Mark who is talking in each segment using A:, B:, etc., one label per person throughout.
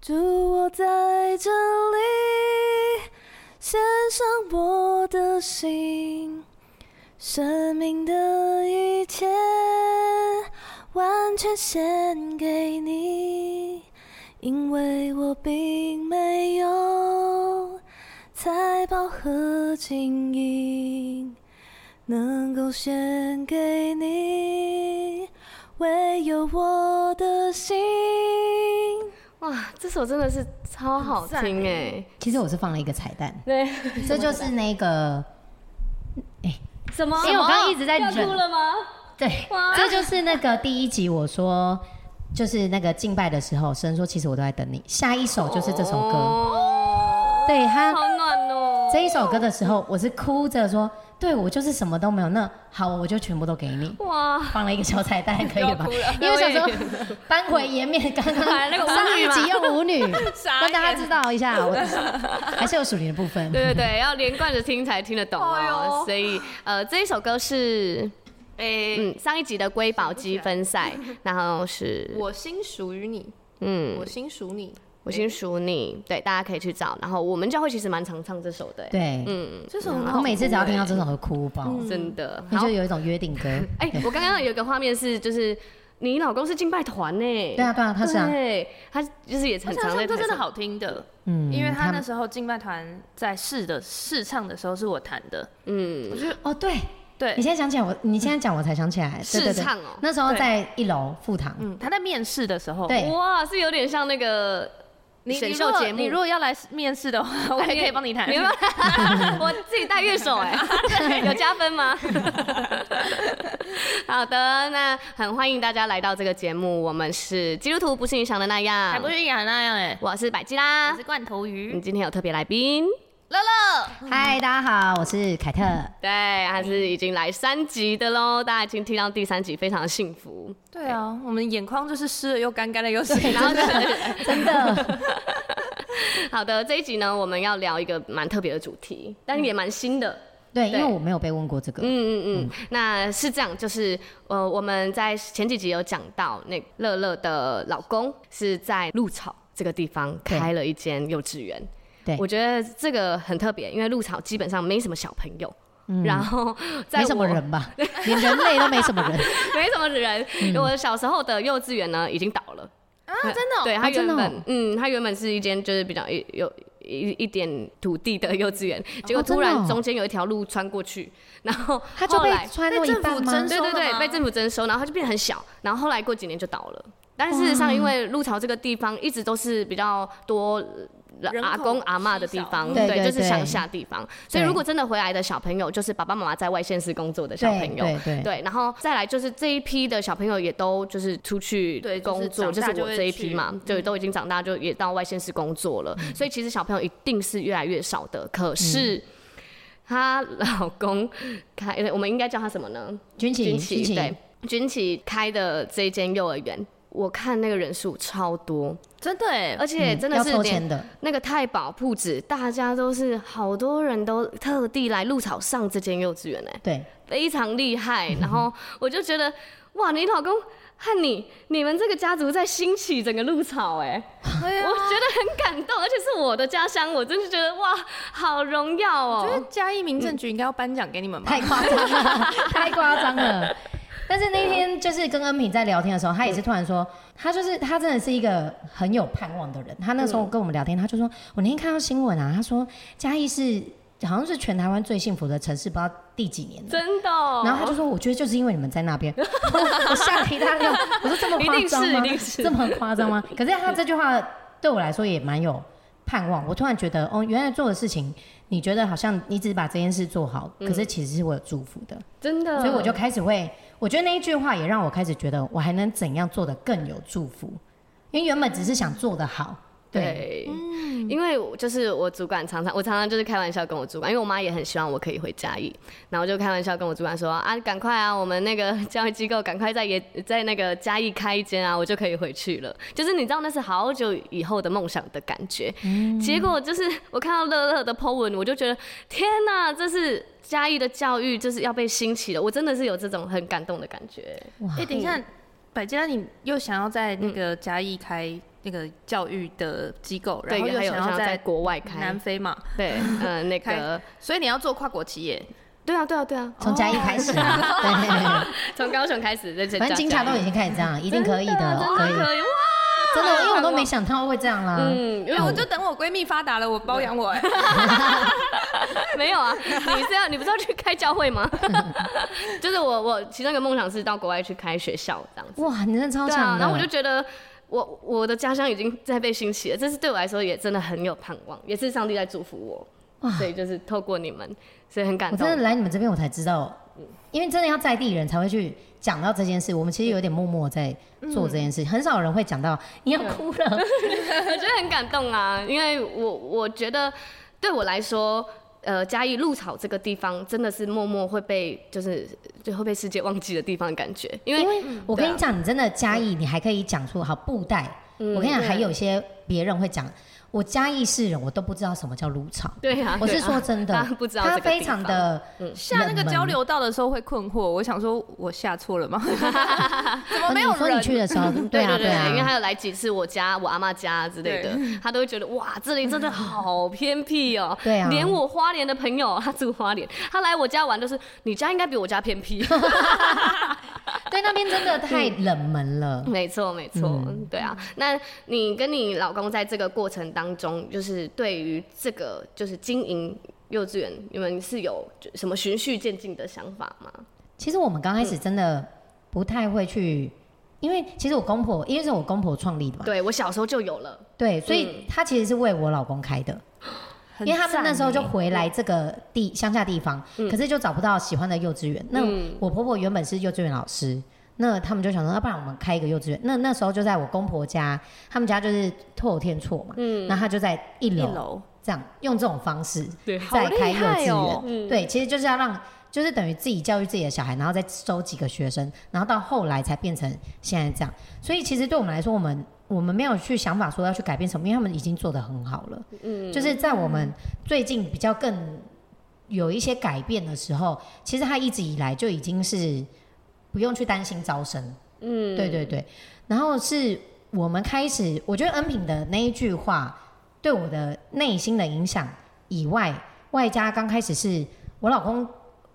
A: 祝我在这里献上我的心，生命的一切完全献给你，因为我并没有财宝和金银，能够献给你，唯有我的心。
B: 哇，这首真的是超好
C: 欸
B: 听哎！
D: 其实我是放了一个彩蛋，
B: 对，
D: 这就是那个
B: 什么？
D: 因为我刚刚一直在
B: 要
D: 忍
B: 哭了吗？
D: 对
B: 哇，
D: 这就是那个第一集我说，就是那个敬拜的时候，神说其实我都在等你。下一首就是这首歌，
B: 哦，
D: 对他
B: 好暖哦。
D: 这一首歌的时候，我是哭着说，对我就是什么都没有，那好，我就全部都给你。
B: 哇，
D: 放了一个小彩蛋，可以了吧
B: 不要哭了？
D: 因为想
B: 我也
D: 说扳回颜面，刚 刚
B: 来那个舞
D: 上
B: 女
D: 一
B: 嘛
D: 集用舞女，
B: 傻眼
D: 让大家知道一 下，我还是有属灵的部分。
B: 对对对，要连贯着听才听得懂哦。所以呃，这一首歌是
C: 诶、
B: 嗯上一集的瑰宝积分 赛，然后是
C: 我心属于你，
B: 嗯
C: 我心属你，
B: 我先数你，对，大家可以去找。然后我们教会其实蛮常唱这首的，，
D: 对，
B: 嗯，
C: 这首
D: 我每次
C: 欸
D: 只要听到这首就哭爆，
B: 真的。
D: 那
B: 好
D: 就，有一种约定歌。
B: 哎，我刚刚有一个画面是，就是你老公是敬拜团呢，
D: 对啊，对啊，他是啊，
B: 对，他就是也
C: 我
B: 很
C: 想
B: 常在
C: 唱歌
B: 台
C: 真的
B: 上，
C: 好听的，
D: 嗯，
C: 因为他
D: 他
C: 那时候敬拜团在试的试唱的时候是我弹的，
B: 嗯，
D: 哦，对
C: 对
D: 你，现在想起来我，你现在讲我才想起来，对对
B: 试
D: 对
B: 唱哦
D: 那时候在一楼副堂，
C: 嗯，他在面试的时候，
D: 对
B: 哇，是有点像那个
C: 你
B: 选
C: 你
B: 秀
C: 如果
B: 节目哎
C: 你如果要来面试的 话，我还可以帮你弹
B: 你，有没有我自己带乐手 哎、有加分吗？ 好的，那很欢迎大家来到这个节目，我们是基督徒不是你想的那样
C: 还，不是雅那样哎，
B: 我是百基
C: 我
B: 啦
C: 是，罐头
B: 你
C: 鱼，
D: 嗯
B: 今天有特别来宾，
C: 乐乐，
D: 嗨，大家好，我是凯特，
B: 对，他是已经来三集的喽，大家已经听到第三集，非常幸福。
C: 对啊，我们眼眶就是湿了又干，干了又湿，
B: 然 后就是
D: 真的，
B: 好的，这一集呢，我们要聊一个蛮特别的主题，但也蛮新的。
D: 对，因
B: 对
D: 为我没有被问过这个，
B: 嗯嗯嗯，那是这样，就是呃，我们在前几集有讲到，那个乐乐的老公是在鹿草这个地方
D: 对
B: 开了一间幼稚园。
D: 对
B: 我觉得这个很特别，因为鹿草基本上没什么小朋友，然后在
D: 嗯没什么
B: 我
D: 人 吧，连人类都没什么人，
B: 没什么人。
D: 嗯
B: 我小时候的幼稚园呢，已经倒了。啊，真
C: 的哦
B: 对，它
D: 啊真
B: 原
D: 的哦
B: 本、嗯，它原本是一间就是比较一有一一点土地的幼稚园，结果
D: 哦真
B: 突
D: 的哦
B: 然中间有一条路穿过去，然后
D: 他就
B: 后来
D: 被穿那么一半吗
C: 被政府？征
B: 对对
C: 收了
B: 对，
C: 吗
B: 被政府征收，然后它就变得很小，然后后来过几年就倒了。但事实
D: 嗯
B: 上，因为鹿巢这个地方一直都是比较多呃
C: 人口
B: 阿公阿嬷的地
C: 稀少
B: 方，
D: 对对
B: 就是
D: 对
B: 乡下地方，所以
D: 对
B: 如果真的回来的小朋友，就是爸爸妈妈在外县市工作的小朋
D: 对
B: 友，
D: 对对，
B: 对，然后再来就是这一批的小朋友也都就是出去
C: 对就是
B: 工作，
C: 长
B: 就是
C: 大就
B: 我
C: 会
B: 这一批
C: 去嗯
B: 嘛，就都已经长大，就也到外县市工作了，所以其实小朋友一定是越来越少的。可
D: 嗯
B: 是她老公开，我们应该叫他什么呢？
D: 军旗，
B: 军
D: 军
B: 旗对
D: 旗，，嗯
B: 军旗开的这间幼儿园。我看那个人数超多，
C: 真的哎，
B: 而且
D: 嗯
B: 真的
D: 要
B: 是
D: 抽
B: 连
D: 签的，
B: 那个太保铺子，大家都是好多人都特地来鹿草上这间幼稚园哎、
D: 对，
B: 非常厉
D: 嗯
B: 害，然后我就觉得，哇，你老公和你你们这个家族在兴起整个鹿草、
C: 对
B: 哎、
C: 啊
B: 我觉得很感动，而且是我的家乡，我真是觉得哇，好荣耀
C: 我觉
B: 哦、
C: 得嘉义民政局应该要颁奖给你们吧
D: 太，夸张了，太夸张了。但是那天就是跟恩平在聊天的时候，他也是突然说，他就是他真的是一个很有盼望的人。他那时候跟我们聊天，他就说，我那天看到新闻啊，他说嘉义是好像是全台湾最幸福的城市，不知道第几年了。
B: 真的 哦、
D: 然后他就说，我觉得就是因为你们在那边，我吓了一大跳。我说这么
B: 一
D: 夸张吗
B: 定是一定？是
D: 这么夸张 吗？可是他这句话对我来说也蛮有盼望。我突然觉得，哦，原来做的事情，你觉得好像你只是把这件事做好，可是其实是我有祝福的。
B: 真的，
D: 所以我就开始会，我觉得那一句话也让我开始觉得，我还能怎样做的更有祝福？因为原本只是想做的好，对，
B: 对，
C: 嗯
B: 因为我就是我主管常常，我常常就是开玩笑跟我主管，因为我妈也很希望我可以回嘉义，然后我就开玩笑跟我主管说啊，赶快啊，我们那个 教育机构赶快在也在那个嘉义开一间啊，我就可以回去了。就是你知道那是好久以后的梦想的感觉。
C: 嗯
B: 结果就是我看到乐乐的 po 文，我就觉得天哪、这是嘉义的教育就是要被兴起了，我真的是有这种很感动的感觉。
D: 嗯
C: 哎，等一下，百佳，你又想要在那个嘉义开那个教育的机构，然
B: 对，
C: 后又
B: 还有
C: 想
B: 想
C: 要
B: 要在
C: 在
B: 国外开
C: 南，非嘛，
B: 对，嗯，那个
C: 开，所以你要做跨国企业，
B: 对啊，对啊，对啊，
D: 从嘉义开始嘛，对，
B: 从高雄开始，哦 对，
D: 反正警察都已经开始这样，一定可以的，可以，
B: 哦可以，
D: 真的，因为我都没想到会这样啦。
B: 嗯，因为
C: 哎我
B: 我
C: 就等我闺蜜发达了，我包养我、哎
B: 没有啊，你是要你不是要去开教会吗？ 就是我我其中一个梦想是到国外去开学校这样子，
D: 哇，你真的超
B: 对
D: 强
B: 啊，
D: 的，
B: 然后我就觉得。我我的家乡已经在被兴起了，这是对我来说也真的很有盼望，也是上帝在祝福我，所以就是透过你们，所以很感
D: 我
B: 动
D: 真。的来你们这边，我才知道，因为真的要在地人才会去讲到这件事。我们其实有点默默在做这件
B: 嗯
D: 事，很少人会讲到你要哭 了。
B: 我觉得很感动啊，因为我我觉得对我来说，呃，嘉义鹿草这个地方真的是默默会被就是就会被世界忘记的地方的感觉，因为
D: 因为我跟
B: 对
D: 你
B: 啊嗯
D: 讲，你真的嘉义，你还可以讲出好布袋。我跟你讲，还有一些别人会讲，我嘉义市人，我都不知道什么叫芦草。
B: 对啊，
D: 我是
B: 对啊
D: 说真的
B: 大家不知，道
D: 它
B: 这个
D: 非
B: 地
D: 常
B: 方嗯
D: 的
C: 下那个
D: 冷门
C: 交流道的时候会困惑，我想说我下错了吗？ 怎么
D: 哦
C: 没有
D: 你说你
C: 人？
D: 去的时 候，对啊
B: 对
D: 啊，
B: 因为他有来几次我家、我阿妈家之类的，他都会觉得哇，这里真的好偏僻哦。
D: 对啊
B: 连我花莲的朋友，他住花莲，他来我家玩都是你家应该比我家偏 僻。
D: 对那边
C: 嗯
D: 真的太冷门了。
B: 没错，没错，
D: 嗯
B: 对啊。那你跟你老公在这个过程当中，就是对于这个就是经营幼稚园，你们是有就什么循序渐进的想法吗？
D: 其实我们刚开
C: 嗯
D: 始真的不太会去，因为其实我公婆，因为是我公婆创立的嘛，
B: 对我小时候就有了，
D: 对，所以他其实是为我老公开的，因为他们那时候就回来这个地乡下地方，可是就找不到喜欢的幼稚园。
B: 嗯
D: 那我婆婆原本是幼稚园老师，那他们就想说，要不然我们开一个幼稚园。那那时候就在我公婆家，他们家就是透天厝嘛，那他就在一
C: 一
D: 楼
C: 楼，
D: 这样用这种方式
B: 对
D: 再开幼稚园，
C: 好厉害哦
D: 对，其实就是要让。就是等于自己教育自己的小孩，然后再收几个学生，然后到后来才变成现在这样。所以其实对我们来说，我们我们没有去想法说要去改变什么，因为他们已经做得很好了。嗯，就是在我们最近比较更有一些改变的时候，其实他一直以来就已经是不用去担心招生。嗯，对对对。然后是我们开始，我觉得恩平的那一句话对我的内心的影响以外，外加刚开始是我老公。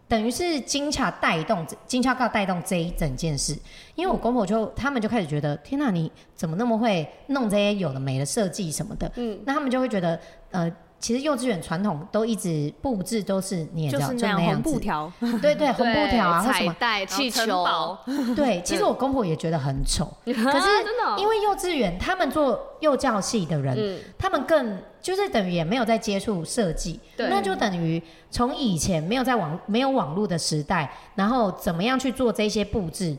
D: 等于是金洽带动金洽告带动这一整件事，因为我公婆就他们就开始觉得，天哪，你怎么那么会弄这些有的没的设计什么的？嗯，那他们就会觉得，呃，其实幼稚园传统都一直布置都是你也知
C: 就
D: 道
C: 是那
D: 那
C: 样红
D: 样
C: 布
D: 子，
C: 条，
D: 对 对，红布条 啊
B: 对
D: 或什
B: 彩
D: 么，
B: 带、气
C: 城
B: 球，
C: 堡
D: 对，其实我公婆也觉得很 丑，可是
B: 真的哦
C: 嗯
D: 因为幼稚园他们做幼教系的人，
B: 嗯
D: 他们更就是等于也没有在接触设计，
B: 对
D: 那就等于从以前没有在网没有网络的时代，然后怎么样去做这些布置。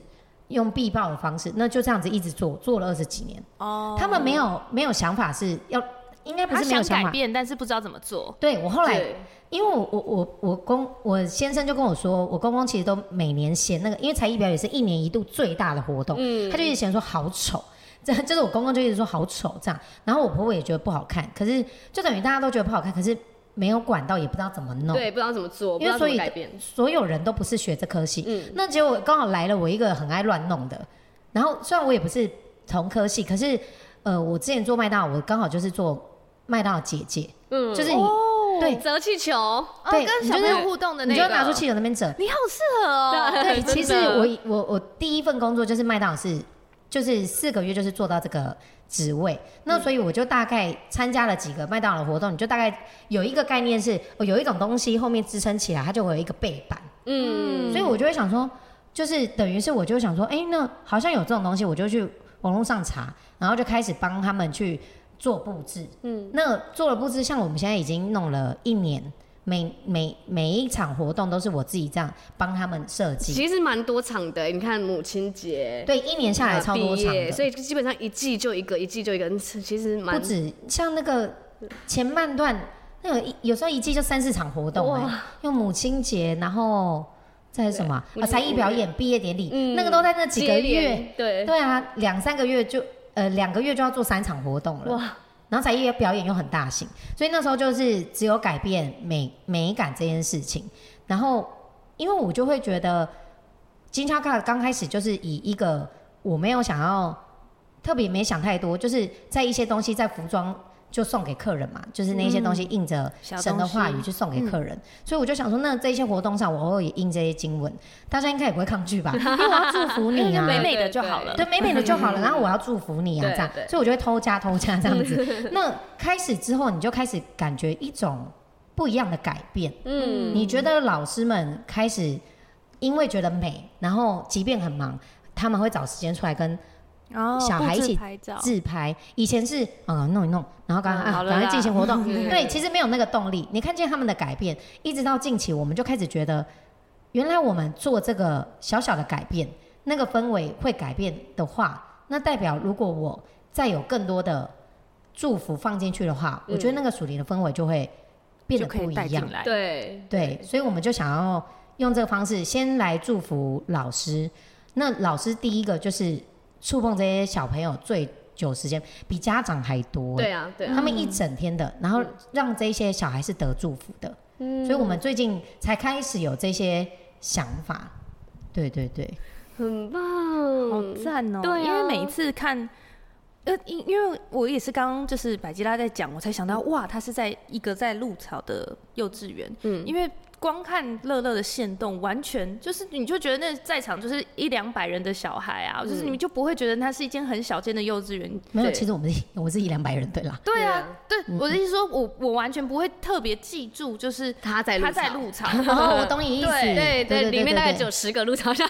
D: 用必报的方式，那就这样子一直做，做了二十几年。
C: 哦
D: 他们没有没有想法是要，应该不
C: 他
D: 是没
C: 想
D: 有想
C: 改
D: 法。
C: 变，但是不知道怎么做。
D: 对我后来
B: 对，
D: 因为我我我我公我先生就跟我说，我公公其实都每年嫌那个，因为才艺表演是一年一度最大的活动，
C: 嗯
D: 他就一直嫌说好丑。 这就是我公公就一直说好丑这样，然后我婆婆也觉得不好看，可是就等于大家都觉得不好看，可是没有管到，也不知道怎么弄。
B: 对，不知道怎么做，不
D: 嗯因
B: 知
D: 为
B: 道
D: 所
B: 怎
D: 以
B: 么改变。
D: 所有人都不是学这科系，
C: 嗯
D: 那结果刚好来了我一个很爱乱弄的，然后虽然我也不是同科系，可是呃，我之前做麦当劳，我刚好就是做麦当劳姐姐，
B: 嗯
D: 就是
E: 哎
D: 你、对
B: 折气球，
C: 哦，
D: 对
C: 跟
D: 你
C: 小
D: 就
C: 朋
D: 是
C: 友互动哦的那
D: 你
C: 个，
D: 就拿出气球那边折。
C: 你好适合哦。
D: 对，其 实
B: 真的
D: 我我我第一份工作就是麦当劳是，就是四个月就是做到这个职位，
B: 嗯
D: 那所以我就大概参加了几个麦当劳的活动，你就大概有一个概念是，哦有一种东西后面支撑起来，它就会有一个背板，
B: 嗯，
D: 所以我就会想说，就是等于是我就想说，哎、那好像有这种东西，我就去网络上查，然后就开始帮他们去做布置。嗯，那做了布置，像我们现在已经弄了一年，每每每一场活动都是我自己这样帮他们设计。
B: 其实蛮多场的。你看母亲节，啊
D: 对，一年下来超多场
B: 呃毕业
D: 的，
B: 所以基本上一季就一个，一季就一个，嗯其实
D: 不
B: 蛮
D: 止像那个前半段，那个一有时候一季就三四场活动、欸，用母亲节，然后再是什么啊
B: 对
D: 啊才艺表演、毕业典礼，
B: 嗯
D: 那个都在那几个
B: 接
D: 月。
B: 连，对，
D: 对啊，两三个月就呃两个月就要做三场活动了。然后才艺表演又很大型，所以那时候就是只有改变美美感这件事情。然后因为我就会觉得，金叉卡刚开始就是以一个我没有想要特别没想太多，就是在一些东西在服装就送给客人嘛，就是那些东西印着
C: 嗯小
D: 神的
C: 东西嗯
D: 话语去送给客人，所以我就想说，那这些活动上我偶尔也印这些经文，大家应该也不会抗拒 吧？因为我要祝福你啊，
B: 美美的就好了。
D: 对，美美的就好了。然后我要祝福你啊，
B: 对
D: 这样，
B: 对
D: 所以我就会偷加偷加这样子。那开始之后，你就开始感觉一种不一样的改变。
B: 嗯，
D: 你觉得老师们开始因为觉得美，然后即便很忙，他们会找时间出来跟
C: 然后
D: 小孩一起
C: 拍照，
D: 自拍。以前是啊、弄一弄，然后刚刚、
C: 嗯好
D: 啊
C: 了
D: 赶快
C: 啦
D: 进行活动，
B: 嗯
D: 对，其实没有那个动力。你看见他们的改变，一直到近期，我们就开始觉得，原来我们做这个小小的改变，那个氛围会改变的话，那代表如果我再有更多的祝福放进去的话，我觉得那个属灵的氛围就会变
C: 嗯就
D: 得
C: 可
D: 不
C: 以
D: 一
C: 带
D: 样
C: 进。来。
B: 对
D: 对，所以我们就想要用这个方式先来祝福老师。那老师第一个就是触碰这些小朋友最久时间，比家长还多。
B: 对啊，对啊，
D: 他们一整天的，然后让这些小孩是得祝福的。嗯
B: 嗯
D: 所以我们最近才开始有这些想法。对对对，
B: 很棒，
C: 好赞哦、
B: 对啊
C: 因为每一次看，呃，因因为我也是刚刚就是百吉拉在讲，我才想到哇，他是在一个在鹿草的幼稚园，
B: 嗯
C: 嗯，因为。光看乐乐的线动，完全就是你就觉得那在场就是一两百人的小孩啊，就
B: 嗯
C: 是你们就不会觉得它是一间很小间的幼稚园。
D: 没有，
B: 对
D: 其实我们是我是一两百人，对啦。
C: 对
B: 啊
C: 啊，对，我的意思说，我我完全不会特别记住，就是
B: 他在
C: 他
B: 鹿
C: 在
B: 草
C: 鹿草，
D: 哦，我懂你意思。
B: 对对对，里面大概只有十个鹿草下，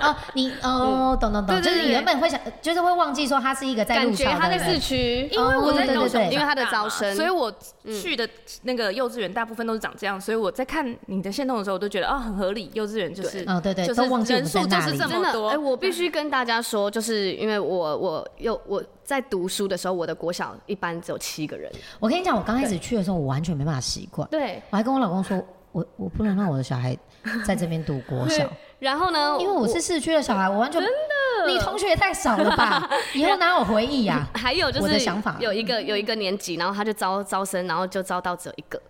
D: 哦，你哦，懂懂懂，
B: 对对
D: 就是你
B: 对
D: 原本会想，就是会忘记说他是一个在
B: 感
D: 路
B: 觉
D: 上
B: 他
D: 的
B: 在
D: 人
B: 市。
D: 哦
B: 区，
C: 因为我在
D: 对对对
C: 高雄长大嘛，
B: 因为他的招生
C: 所以我
B: 嗯
C: 去的那个幼稚园大部分都是长这样，所以我在看你的线动的时候，我都觉得哦很合理，幼稚园就是
D: 对哦对对
C: 就
D: 都忘记
C: 是
D: 我们在
C: 人数就
D: 哪里
C: 是这
B: 真的
C: 么，多，
B: 哎、我必须跟大家说，就是因为我我有我在读书的时候，我的国小一般只有七个人。
D: 我跟你讲，我刚开始去的时候，我完全没办法习惯。
B: 对，
D: 我还跟我老公说，我我不能让我的小孩在这边读国小，
B: 然后呢，
D: 哦因为我是市区的小孩，我完全真的，你同学也太少了吧？以后哪有回忆 呀、
B: 我还有就
D: 我的
B: 是
D: 想法嗯
B: 有一个有一个年级，然后他就招招生，然后就招到只有一个，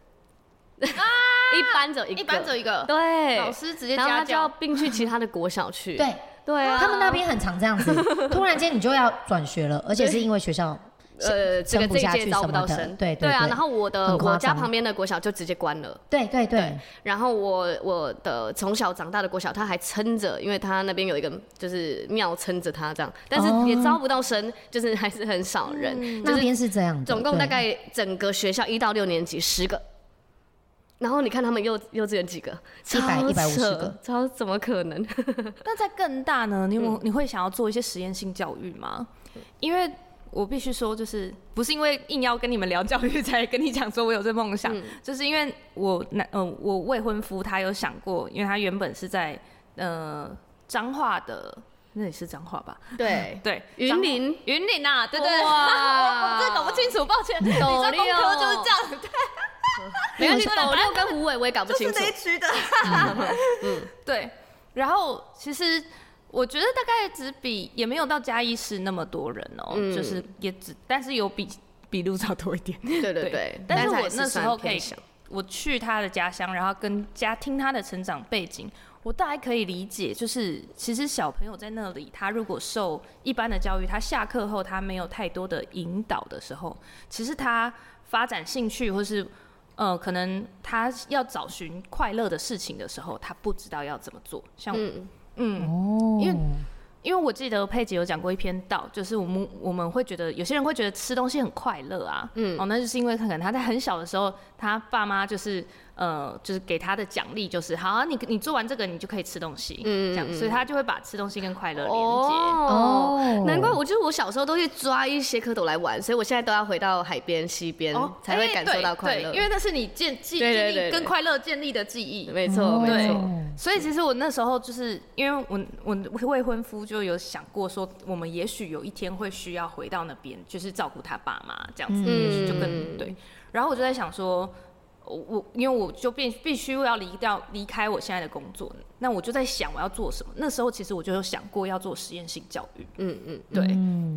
B: 一班只有一个，
C: 啊一般只有一个
B: 对，
C: 老师直接
B: 然后
C: 家
B: 他就要
C: 教，
B: 并去其他的国小去。
D: 对，
B: 对啊，
D: 他们那边很常这 样子，突然间你就要转学了，而且是因为学校
B: 呃，这个
D: 生不
B: 这一
D: 下
B: 届
D: 去
B: 招不
D: 什么
B: 到
D: 的
B: 生，
D: 对对
B: 对啊。
D: 对
B: 然后我的
D: 很夸
B: 我家
D: 张
B: 旁边的国小就直接关了。
D: 对对对
B: 对，然后我我的从小长大的国小，他还撑着，因为他那边有一个就是庙撑着他这样，但
D: 哦嗯
B: 是也招不到生，就是还是很少人，就
D: 那
B: 是
D: 边是这样的，
B: 总共
D: 对
B: 大概整个学校一到六年级十个。然后你看他们幼幼稚园几个，
D: 100 150
B: 超扯
D: 个，
B: 超怎么可能？
C: 那在更大呢，你有没
B: 嗯
C: 有你会想要做一些实验性教育吗？因为我必须说，就是不是因为硬要跟你们聊教育才跟你讲说我有这梦
B: 嗯
C: 想，就是因为我男呃我未婚夫他有想过，因为他原本是在呃彰化的，那也是彰化吧？
B: 对，
C: 对，彰
B: 云林哦
C: 云林啊，对对对，
B: 哇
C: 我我真的搞不清楚，抱歉，你知道
B: 斗
C: 工
B: 六
C: 科就是这样，对，
B: 没关系， 斗六跟虎尾我也搞不
C: 就
B: 清
C: 是
B: 楚
C: 这。一区的，对。然后其实我觉得大概只比也没有到嘉义市那么多人哦、
B: 嗯
C: 就是也只，但是有比比鹿草多一点。
B: 对对
C: 对
B: 对，
C: 但是
B: 还
C: 我那时
B: 算
C: 候
B: 偏
C: 可以
B: 向
C: 我去他的家乡，然后跟家听他的成长背景，我大概可以理解，就是其实小朋友在那里，他如果受一般的教育，他下课后他没有太多的引导的时候，其实他发展兴趣或是呃，可能他要找寻快乐的事情的时候，他不知道要怎么做。像
B: 嗯，
C: 嗯
D: 哦，
C: 因为因为我记得佩姐有讲过一篇道，就是我们我们会觉得有些人会觉得吃东西很快乐啊，嗯，哦，那就是因为可能他在很小的时候，他爸妈就是呃，就是给他的奖励就是好、啊，你你做完这个你就可以吃东西，嗯，这样，所以他就会把吃东西跟快乐连接。
B: 哦
D: 哦，
B: 难怪我就是我小时候都会抓一些蝌蚪来玩，所以我现在都要回到海边、溪边、才会
C: 哎
B: 感受
C: 对
B: 到快
C: 对
B: 乐。
C: 因为那是你建记
B: 对对
C: 建
B: 对对
C: 立跟快乐建立的记忆，
B: 没错，没
C: 对
B: 错，
C: 所以其实我那时候就是因为我我我未婚夫就有想过说，我们也许有一天会需要回到那边，就是照顾他爸妈这样子，也许就
B: 嗯
C: 更对。然后我就在想说，我我因为我就必必须要离掉离开我现在的工作，那我就在想我要做什么。那时候其实我就有想过要做实验性教育，
B: 嗯嗯，
C: 对，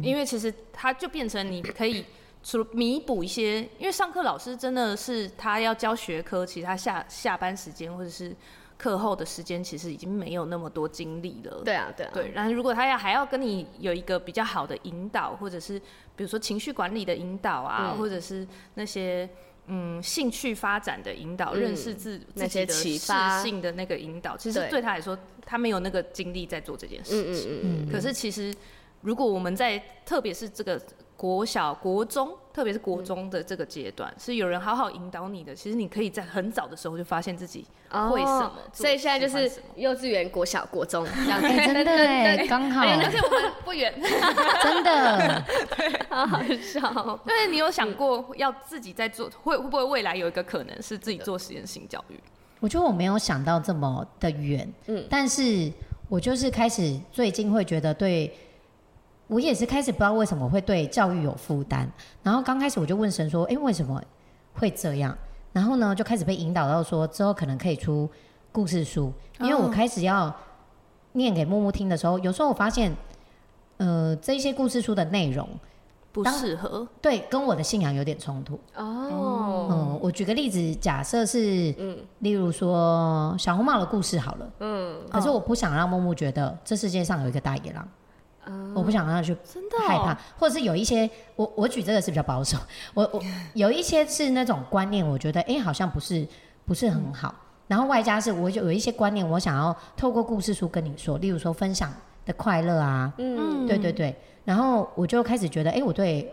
C: 因为其实它就变成你可以除了弥补一些，因为上课老师真的是他要教学科，其实他下下班时间或者是课后的时间其实已经没有那么多精力了。
B: 对啊，对啊，
C: 对，然后如果他要还要跟你有一个比较好的引导，或者是比如说情绪管理的引导啊，
B: 嗯
C: 或者是那些嗯兴趣发展的引导，
B: 嗯
C: 认识自
B: 那
C: 自
B: 些
C: 己的
B: 启
C: 适
B: 发
C: 性的那个引导，其实
B: 对
C: 对他来说，他没有那个精力在做这件
B: 嗯
C: 事
B: 嗯嗯
C: 情。
B: 嗯，
D: 嗯，
C: 可是其实如果我们在，特别是这个国小、国中，特别是国中的这个阶段，是有人好好引导你的，其实你可以在很早的时候就发现自己会什么
B: 哦
C: 做
B: 所以现在就
C: 喜欢
B: 是
C: 什么
B: 幼稚园、国小、国 中这样子，
D: 哎真的哎，刚好
C: 而且我们不远，
D: 真的，
B: 好好笑哦。
C: 但是你有想过要自己在
B: 嗯
C: 做，会会不会未来有一个可能是自己做实验性教育？
D: 我觉得我没有想到这么的远，
B: 嗯
D: 嗯，但是我就是开始最近会觉得对。我也是开始不知道为什么会对教育有负担，然后刚开始我就问神说：“诶，为什么会这样？”然后呢，就开始被引导到说之后可能可以出故事书，因
C: 哦
D: 为我开始要念给木木听的时候，有时候我发现，呃，这些故事书的内容
C: 不
D: 当
C: 适合，
D: 对跟我的信仰有点冲突。
B: 哦，
D: 嗯，我举个例子，假设是，例如说小红帽的故事好了，嗯，可
B: 哦
D: 是我不想让木木觉得这世界上有一个大野狼，我不想让他去
B: 真的哦
D: 害怕，或者是有一些，我我举这个是比较保守，我 我有一些是那种观念，我觉得哎、诶好像不是不是
B: 嗯
D: 很好，然后外加是我有一些观念，我想要透过故事书跟你说，例如说分享的快乐啊，
C: 嗯
D: 对对，对，然后我就开始觉得哎、诶我对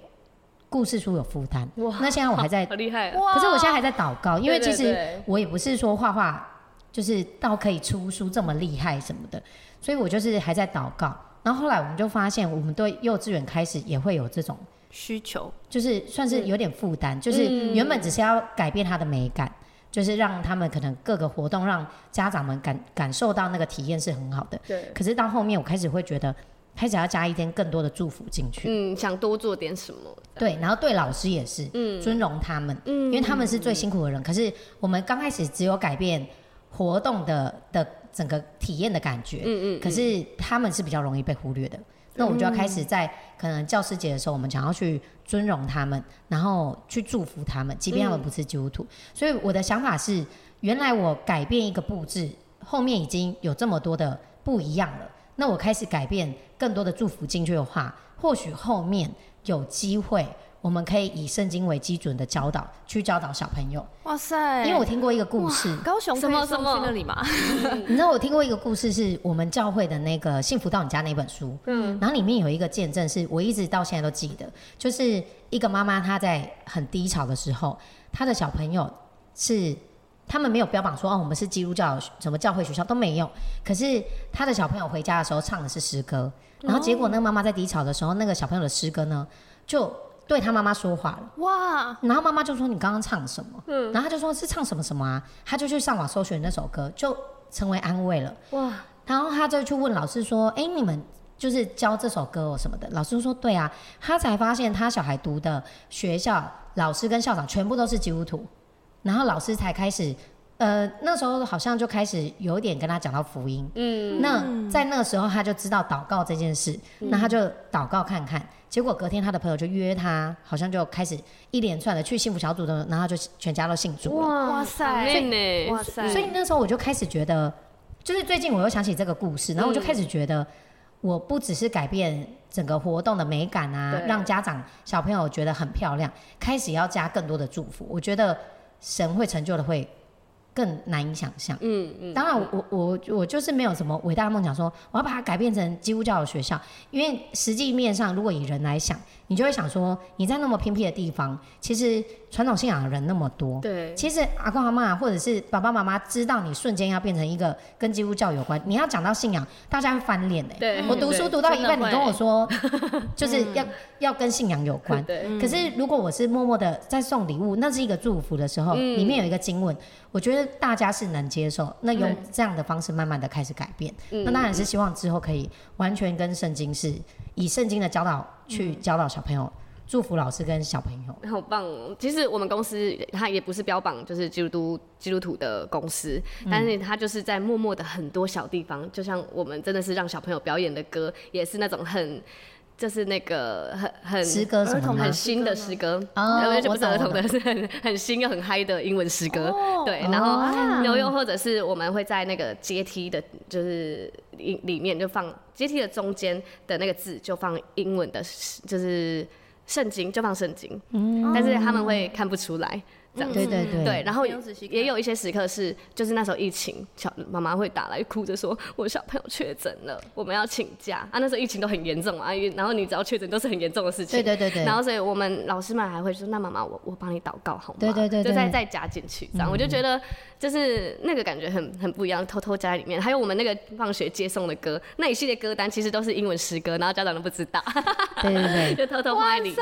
D: 故事书有负担，那现在我还在
B: 好厉害，
C: 哇
D: 可是我现在还在祷告，因为
B: 对对
D: 其实
B: 对
D: 我也不是说画画就是到可以出书这么厉害什么的，所以我就是还在祷告。然后后来我们就发现，我们对幼稚园开始也会有这种，
C: 需求
D: 就是算
B: 嗯
D: 是有点负担，就是原本只是要改变它的美感，就是让他们可能各个活动让家长们感感受到那个体验是很好的。
B: 对，
D: 可是到后面，我开始会觉得，开始要加一点更多的祝福进去。
B: 嗯，想多做点什么，
D: 对，然后对老师也是，
B: 嗯
D: 尊荣他们，因为他们是最辛苦的人。可是我们刚开始只有改变活动的的整个体验的感觉，
B: 嗯嗯，
D: 可是他们是比较容易被忽略的。那我们就要开
B: 嗯
D: 始在可能教师节的时候，我们想要去尊荣他们，然后去祝福他们，即便他
B: 嗯
D: 们不是基督徒。所以我的想法是，原来我改变一个布置，后面已经有这么多的不一样了。那我开始改变更多的祝福进去的话，或许后面有机会，我们可以以圣经为基准的教导去教导小朋友。
C: 哇塞
D: 因为我听过一个故事，
C: 高雄
B: 什
C: 可以
B: 么
C: 送
B: 什么
C: 去那里嘛，
D: 你知道我听过一个故事，是我们教会的那个《幸福到你家》那本书，嗯，然后里面有一个见证，是我一直到现在都记得，就是一个妈妈她在很低潮的时候，她的小朋友是他们没有标榜说哦我们是基督教什么教会学校都没有，可是她的小朋友回家的时候唱的是诗歌，然后结果那个妈妈在低潮的时候，那个小朋友的诗歌呢就对他妈妈说话了。
C: 哇，
D: 然后妈妈就说你刚刚唱什么？嗯，然后他就说是唱什么什么啊，他就去上网搜寻那首歌，就成为安慰了。
B: 哇，
D: 然后他就去问老师说，哎，你们就是教这首歌哦什么的？老师说对啊，他才发现他小孩读的学校老师跟校长全部都是基督徒，然后老师才开始。呃，那时候好像就开始有点跟他讲到福音，嗯，那在那个时候他就知道祷告这件事，那他就祷告看看。结果隔天他的朋友就约他，好像就开始一连串的去幸福小组的，然后他就全家都信主了。
C: 哇塞
B: 很累呢，
C: 哇塞，
D: 所以那时候我就开始觉得，就是最近我又想起这个故事，然
B: 嗯
D: 后我就开始觉得，我不只是改变整个活动的美感啊，
B: 对
D: 让家长小朋友觉得很漂亮，开始要加更多的祝福。我觉得神会成就的会更难以想象。
B: 嗯嗯，
D: 当然我，我我我就是没有什么伟大的梦想说，我要把它改变成基督教的学校，因为实际面上，如果以人来想，你就会想说，你在那么偏僻的地方，其实传统信仰的人那么多，
B: 对，
D: 其实阿公阿妈或者是爸爸妈妈知道你瞬间要变成一个跟基督教有关，你要讲到信仰，大家会翻脸欸的、
B: 对
D: 我读书
B: 对
D: 读到一
B: 真
D: 半，
B: 的
D: 你
B: 会
D: 跟我说，就是要、要跟信仰有关。
B: 对，
D: 可是如果我是默默的在送礼物，那是一个祝福的时候，里面有一个经文，我觉得大家是能接受。那用这样的方式慢慢的开始改变，那当然是希望之后可以完全跟圣经是以圣经的教导去教导小朋友，祝福老师跟小朋友。
B: 好棒哦！其实我们公司它也不是标榜就是基督徒基督徒的公司，但
D: 嗯
B: 是它就是在默默的很多小地方，就像我们真的是让小朋友表演的歌，也是那种很就是那个很很
D: 诗歌什
C: 儿
D: 么
C: 童
D: 吗
B: 很？新的诗歌，
D: 哦
B: 然后就
D: 我
B: 不是
D: 懂
B: 儿
D: 我
B: 童的，是很很新又很嗨的英文诗歌。对，然
D: 哦
B: 后又又或者是我们会在那个阶梯的，就是里里面就放阶梯的中间的那个字就放英文的，就是圣经就放圣经，但是他们会看不出来这样子。
D: 嗯对对对，
B: 对，然后
C: 嗯没有仔细看
B: 也有一些时刻是，就是那时候疫情，小妈妈会打来哭着说，我小朋友确诊了，我们要请假啊。那时候疫情都很严重啊，因为然后你只要确诊都是很严重的事情。
D: 对对对对
B: 然后所以我们老师们还会说，那妈妈我我帮你祷告好吗？
D: 对对对嗯对
B: 就再再加进去这样，我就觉得就是那个感觉很很不一样，偷偷加在里面。还有我们那个放学接送的歌，那一系列歌单其实都是英文诗歌，然后家长都不知道，
D: 对对对。
B: 就偷偷放在里面。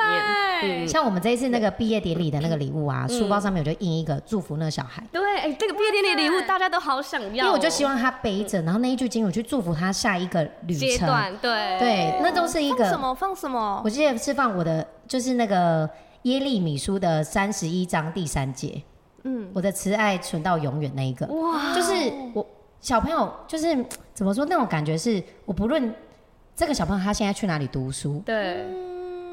C: 对，
D: 像我们这一次那个毕业典礼的那个礼物啊，
B: 嗯
D: 书包上面我就印一个祝福那个小孩，
B: 对，哎、这个毕业典礼礼物大家都好想要哦、
D: 啊因为我就希望他背着，然后那一句经文去祝福他下一个旅
B: 阶
D: 程。
B: 段哎对。
D: 对，那都是一
C: 放什
D: 个，
C: 么放什么
D: 我，记得是放我的，就是那个耶利米书的三十一章第三节，
C: 嗯，
D: 我的慈爱存到永远那一个。哇，就是我小朋友，就是怎么说那种感觉是，我不论这个小朋友他现在去哪里读书，
B: 对，
E: 嗯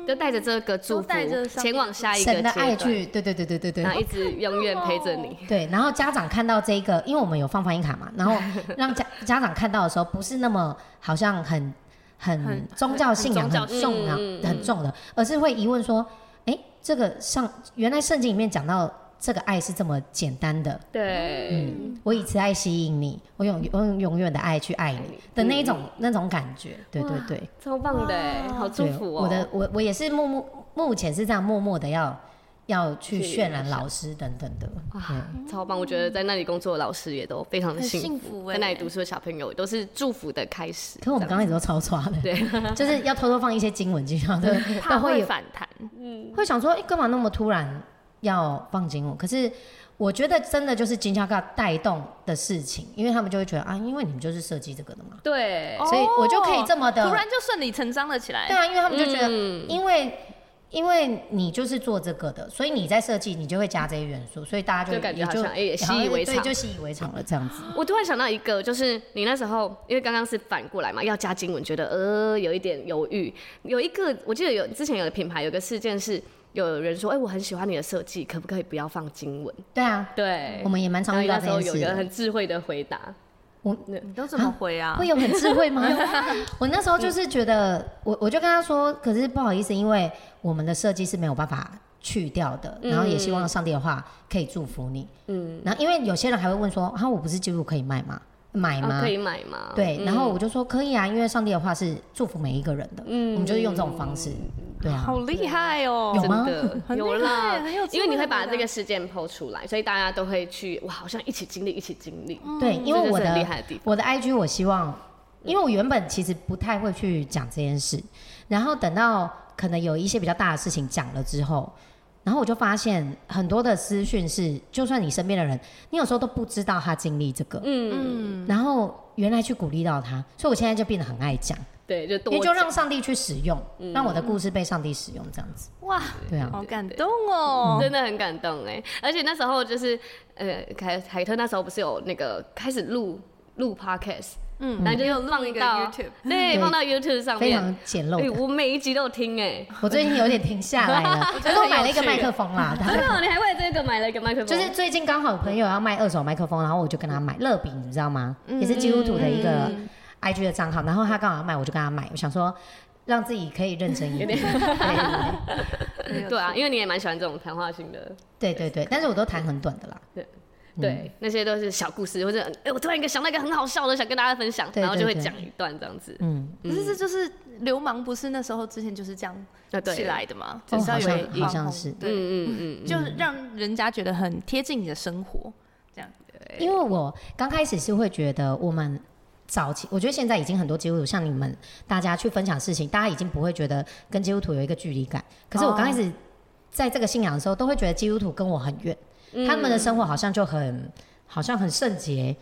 B: 就带着这个祝
C: 都
B: 福
C: 带着，上
B: 前往下一个阶
D: 神的爱哦
B: 段，
D: 去，对对对对对对
B: 然，后一直永远陪着你。
D: 对，然后家长看到这个，因为我们有放翻译卡嘛，然后让家家长看到的时候，不是那么好像很很
C: 很
D: 宗教信仰
C: 很宗
D: 很
C: 教性
D: 重啊
B: 嗯嗯
D: 很重的，而是会疑问说，哎，这个上原来圣经里面讲到这个爱是这么简单的，
B: 对，
D: 我以慈爱吸引你，我用我用永远的爱去爱你的那一种那种感觉，对对对，
B: 超棒的欸，好祝
D: 对
B: 福哦！
D: 我的我我也是默默目前是这样默默的要要去渲染老师等等的，对。
B: 啊，超棒！我觉得在那里工作的老师也都非常的
C: 很幸
B: 幸
C: 福
B: 福，在
E: 哎
C: 欸
B: 那里读书的小朋友也都是祝福的开始。
D: 可我们刚开始都超抓的，对， 就是要偷偷放一些经文进去，然后都
C: 怕
D: 都会
C: 会
D: 有
C: 反弹，
D: 会想说，哎、干嘛那么突然要放经文？可是我觉得真的就是金价尬带动的事情，因为他们就会觉得啊，因为你们就是设计这个的嘛，
B: 对，
D: 所以我就可以这么的
C: 突然就顺理成章了起来
D: 对。啊，因为他们就觉得，
B: 哎嗯
D: 因为因为你就是做这个的，所以你在设计，你就会加这些元素，所以大家就
B: 就感觉
D: 也
B: 好
D: 就
B: 像哎也
D: 好像
B: 习以为
D: 对
B: 常哎
D: 就习以为常了这样子。
B: 我突然想到一个，就是你那时候，因为刚刚是反过来嘛，要加经文，觉得呃有一点犹豫。有一个我记得有之前有个品牌有个事件是，有人说，哎、我很喜欢你的设计，可不可以不要放经文？
D: 对啊，
B: 对，
D: 我们也蛮
B: 然后
D: 常遇
B: 你
D: 到
B: 那
D: 这
B: 时候
D: 件
B: 有
D: 事
B: 一个
D: 的。
B: 很智慧的回答，
C: 你都怎么回啊？
D: 会有很智 慧吗？我那时候就是觉得，我我就跟他说，可是不好意思，因为我们的设计是没有办法去掉的，
B: 嗯
D: 然后也希望上帝的话可以祝福你。嗯，然后因为有些人还会问说，啊，我不是基督徒可以卖吗？买吗？
B: 啊、可以买吗？
D: 对，
B: 嗯
D: 然后我就说可以啊，因为上帝的话是祝福每一个人的，
B: 嗯
D: 我们就是用这种方式，对啊，
C: 好厉害哦！
D: 有
B: 真
D: 吗
B: 的
C: 很
B: 有
C: 厉害
B: 啦
C: 很有智慧，
B: 因为你会
C: 的回
B: 把
C: 答
B: 这个事件剖出来，所以大家都会去哇，好像一起经历，一起经历。
D: 对，嗯因为
B: 这就是
D: 我
B: 很厉
D: 的
B: 害的地方
D: 我的 IG 我希望，因为我原本其实不太会去讲这件事，然后等到可能有一些比较大的事情讲了之后，然后我就发现很多的私讯是，就算你身边的人，你有时候都不知道他经历这个，
B: 嗯，
C: 嗯，
D: 然后原来去鼓励到他，所以我现在就变得很爱讲，
B: 对，就
D: 因
B: 多
D: 为就让
B: 讲
D: 上帝去使用，让我的故事被上帝使用，这样子，
C: 哇，
D: 对啊，
C: 好感动哦！
B: 真的很感动哎，而且那时候就是呃，凯凯特那时候不是有那个开始录录 podcast，
C: 嗯
B: 然后就又
C: 录
B: 放
C: 一个
B: 到
C: YouTube
B: 对，
D: 对
B: 放到 YouTube 上
D: 非
B: 面。
D: 常简陋
B: 哎，
D: 的。
B: 我每一集都有听哎，
D: 我最近有点停下来了，可是我买了一个麦克风啦，
B: 真的，你还为这个买了一个麦克风，
D: 就是最近刚好有朋友要卖二手麦克风，然后我就跟他买乐饼，你知道吗？也是基督徒的一个 IG 的账号，然后他刚好要卖，我就跟他买，我想说让自己可以认真一点。
B: 对啊，因为你也蛮喜欢这种谈话型的
D: 对对对，但是我都弹很短的啦。嗯
B: 对，那些都是小故事，或者哎、我突然一个想到一个很好笑的，想跟大家分享，
D: 对
B: 然后就
D: 对
B: 会
D: 对
B: 讲一段这样子。
D: 嗯，
C: 可是这就是流氓，不是那时候之前就是这样
B: 啊对
C: 起来的
D: 哦
C: 嘛？只是要
D: 好
C: 有
D: 像
C: 一个
D: 好像
C: 网红
D: 是
C: 对，
B: 嗯嗯嗯嗯，
C: 就是让人家觉得很贴近你的生活，这样
D: 因为我刚开始是会觉得我们。早期，我觉得现在已经很多基督徒像你们大家去分享事情，大家已经不会觉得跟基督徒有一个距离感。可是我刚开始在这个信仰的时候，都会觉得基督徒跟我很远，
B: 嗯
D: 他们的生活好像就很好像很圣洁，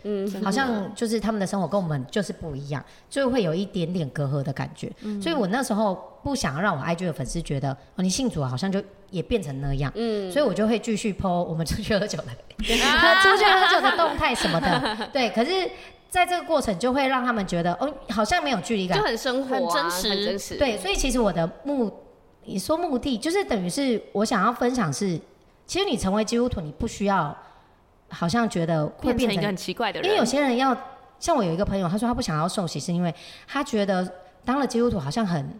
D: 好像就是他们的生活跟我们就是不一样，就会有一点点隔阂的感觉。所以我那时候不想让我 IG 的粉丝觉得哦，你信主好像就也变成那样，所以我就会继续 PO 我们出去喝酒的，出去喝酒的动态什么的。对，可是。在这个过程就会让他们觉得，哦，好像没有距离感
B: 就，很生活、啊，
C: 很真实
B: 很真实。
D: 对，所以其实我的目，你说目的就是等于是我想要分享是，其实你成为基督徒，你不需要好像觉得会
C: 变
D: 变
C: 成一
D: 成
C: 个很奇怪的人，
D: 因为有些人要，像我有一个朋友，他说他不想要受洗，是因为他觉得当了基督徒好像很、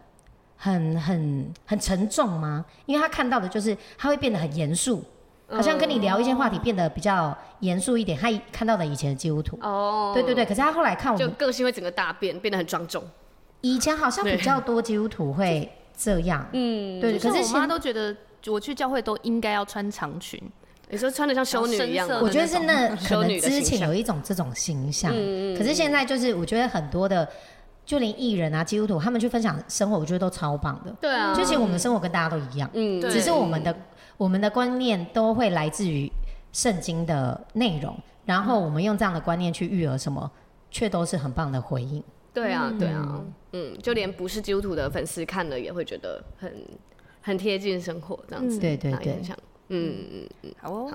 D: 很、很、很沉重吗？因为他看到的就是他会变得很严肃，好像跟你聊一些
C: 哦
D: 话题变得比较严肃一点。他看到的以前的基督徒，
B: 哦，
D: 对对对。可是他后来看我
B: 就
D: 们
B: 个性会整个大变，变得很庄重。
D: 以前好像比较多基督徒会这样，
B: 嗯，
D: 对。可
C: 就是是我妈
D: 现
C: 都觉得我去教会都应该要穿长裙，
B: 你说穿的像修女一样
C: 然
B: 吗，
C: 后
D: 我
C: 深色
D: 觉得是那可
B: 修
D: 能
B: 女的
D: 之
B: 形
D: 前
B: 象
D: 有一种这种形象，可是现在就是我觉得很多的，就连艺人啊、基督徒他们去分享生活，我觉得都超棒的。
B: 对啊，
D: 就其实我们的生活跟大家都一样，
B: 嗯，
C: 对
D: 只是我们的我们的观念都会来自于圣经的内容，然后我们用这样的观念去育儿，什么却都是很棒的回应。
B: 对啊，对啊，嗯，就连不是基督徒的粉丝看了也会觉得很很贴近生活这样子，
D: 嗯对对
B: 那也
D: 对
B: 很像，嗯，
C: 好哦。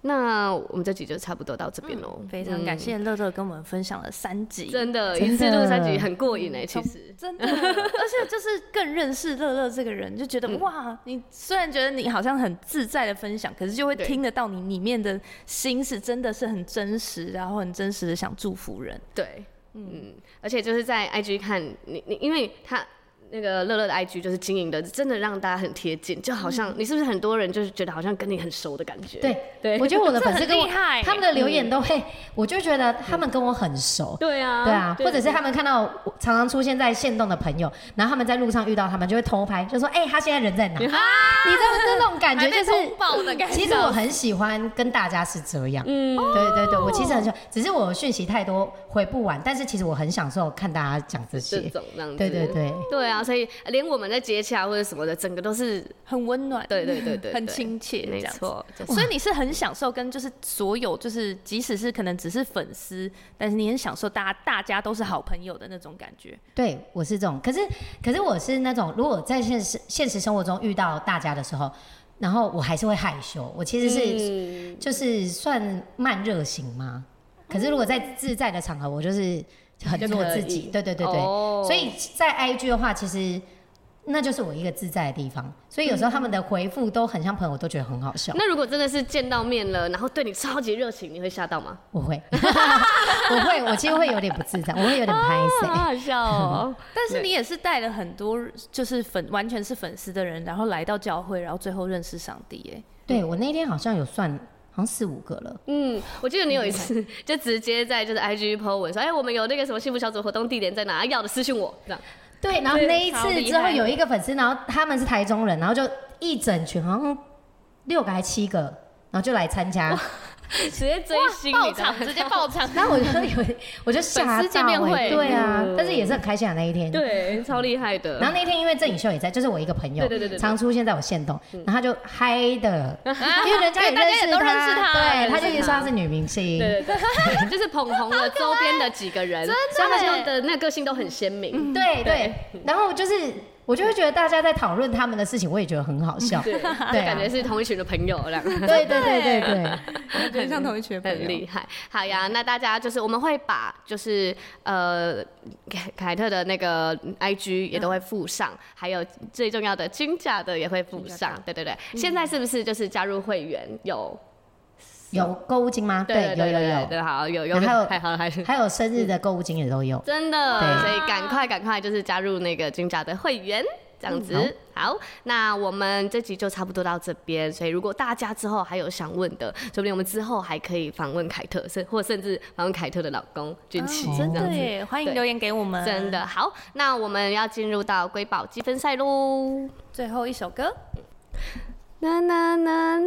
B: 那我们这集就差不多到这边喽，
D: 嗯
C: 非常感谢乐乐跟我们分享了三集，
B: 真的，
D: 真的嗯
B: 一次录三集很过瘾哎，其实
C: 真的，而且就是更认识乐乐这个人，就觉
D: 嗯
C: 得、哇，你虽然觉得你好像很自在的分享，可是就会
B: 对
C: 听得到你里面的心是真的是很真实，然后很真实的想祝福人。
B: 对，嗯，而且就是在 IG 看你你，因为他。那个乐乐的 IG 就是经营的，真的让大家很贴近，就好像你是不是很多人就是觉得好像跟你很熟的感觉？
D: 嗯对，
B: 对
D: 我觉得我的
C: 这
D: 粉丝
C: 很
D: 跟我
C: 厉害
D: 他们的留言都会，我就觉得他们跟我很熟。
B: 对啊，
D: 对啊，或者是他们看到我常常出现在线动的朋友，然后他们在路上遇到他们，就会偷拍，就说：“哎、他现在人在哪？”你知道那种感觉就是
C: 爆的感
D: 其实我很喜欢跟大家是这样，嗯，对对对，我其实很喜欢，只是我讯息太多回不完，但是其实我很享受看大家讲这
B: 这
D: 些，
B: 种这样子，
D: 对对对，
B: 对啊，所以连我们在接洽或者什么的，整个都是
C: 很温暖，
B: 对对对对，
C: 很
B: 对
C: 亲切，
B: 没
C: 这样子。
B: 错，就是
C: 所以你是很享受跟就是所有就是即使是可能只是粉丝，但是你很享受大家大家都是好朋友的那种感觉。
D: 对我是这种，可是可是我是那种，如果在现实现实生活中遇到大家的时候，然后我还是会害羞，我其实是、
B: 嗯
D: 就是算慢热型嘛，可是如果在自在的场合，我就是很
B: 就
D: 做
B: 可
D: 自
B: 以
D: 己，对对对对，
B: 哦
D: 所以在 IG 的话，其实那就是我一个自在的地方。所以有时候他们的回复都很像朋友，我都觉得很好笑。
B: 那如果真的是见到面了，然后对你超级热情，你会吓到吗？
D: 我会， 我会，我其实会有点不自在，我会有点拍 谁。
B: 好笑哦！
C: 但是
B: 对
C: 你也是带了很多就是粉完全是粉丝的人，然后来到教会，然后最后认识上帝。哎，
D: 对我那天好像有算，好像四五个了。
B: 嗯，我记得你有一次 就直接在就是 IG po 文说，哎，我们有那个什么幸福小组活动，地点在哪？要的私信我，这样。
D: 对，然后
C: 对
D: 那一
C: 超
D: 次
C: 厉
D: 之后
C: 害
D: 有一个粉丝，然后他们是台中人，然后就一整群，好像六个还七个，然后就来参 加。
B: 直接追星，
C: 爆
B: 你知道
C: 场
B: 吗
C: 直接爆场，
D: 然后我就有，我就吓
B: 粉
D: 到、
B: 丝见面会
D: 欸对啊，
B: 嗯
D: 但是也是很开心的那一 天。
B: 对，超厉害的。
D: 然后那天因为郑颖秀也在，就是我一个朋友，
B: 对对对对对嗯
D: 常出现在我线动，然后他就嗨 的，因为人家也
C: 因为大家
D: 认识
C: 也都认识
D: 他，
C: 他
D: 对，
B: 认识
D: 他就一直说
B: 他
D: 她是女明星，
B: 对对对， 就是捧红了周边的几个人，所以他们的那个个性都很鲜明。
D: 对对，然后就是我就会觉得大家在讨论他们的事情，我也觉得很好笑，
B: 对，
D: 对
B: 就
D: 啊
B: 感觉是同一群的朋友这样。
D: 对对对 对，
C: 很像同一群
B: 很厉害，好呀！那大家就是我们会把就是呃凯凯特的那个 IG 也都会附上，还有最重要的金甲的也会附
C: 金甲
B: 上。对对对，
D: 嗯
B: 现在是不是就是加入会员有？
D: 有购物金吗？
B: 对
D: 有
B: 对对
D: 有
B: 对
D: 有，
B: 对，好有有，
D: 然后
B: 太好嗯了，还是
D: 还有生日的购物金也都有。
B: 真的，所
D: 对
B: 以赶快赶快就是加入那个金甲的会员。这样子、
D: 嗯
B: 好，那我们这集就差不多到这边。所以如果大家之后还有想问的，说不定我们之后还可以访问凯特，甚或甚至访问凯特的老公俊奇、
C: 哦真
B: 这样
C: 的
B: 子。
C: 耶！欢迎留言给我们。
B: 真，的好，那我们要进入到瑰宝积分赛喽！
C: 最后一首歌，
B: 啦啦啦啦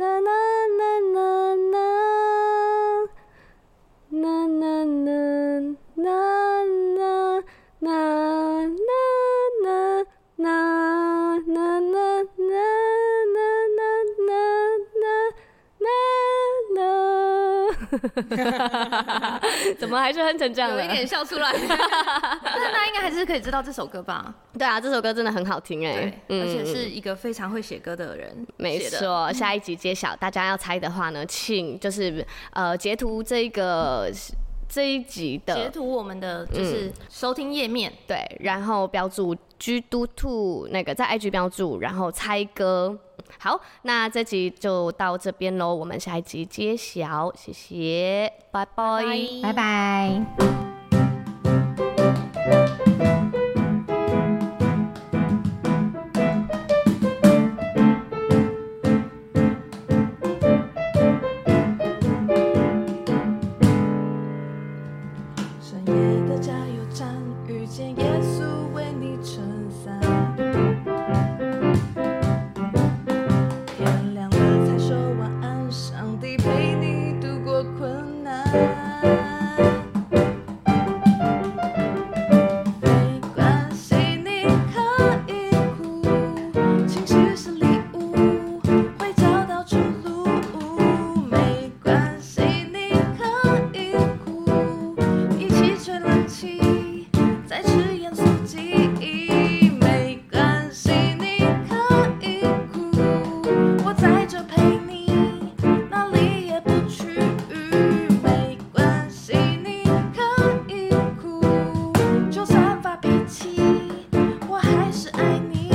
B: 啦啦啦啦啦啦啦啦啦啦啦啦啦啦啦啦啦。怎么还是哼成这样
C: 有一
B: 了？
C: 点笑出 来，但大家应该还是可以知道这首歌吧？
B: 对啊，这首歌真的很好听哎、
C: 对，
B: 嗯
C: 而且是一个非常会写歌的人
B: 没
C: 写的，嗯
B: 错，下一集揭晓。大家要猜的话呢，请就是呃截图这个这一集
C: 截
B: 的嗯
C: 图我们的就是收听页面，
B: 对，然后标注“居都兔”那个在 IG 标注，然后猜歌。好，那这集就到这边喽，我们下一集揭晓，谢谢，拜拜。
D: 拜拜。
E: 深夜的加油站，遇见耶稣为你撑伞。天亮了才说晚安，上帝陪你度过困难。没关系，你可以哭，情绪是礼物，会找到出路。没关系，你可以哭，一起吹冷气，再吃盐酥鸡。没关系，你可以哭，我在这陪你，哪里也不去。没关系，你可以哭，就算发脾气，我还是爱你。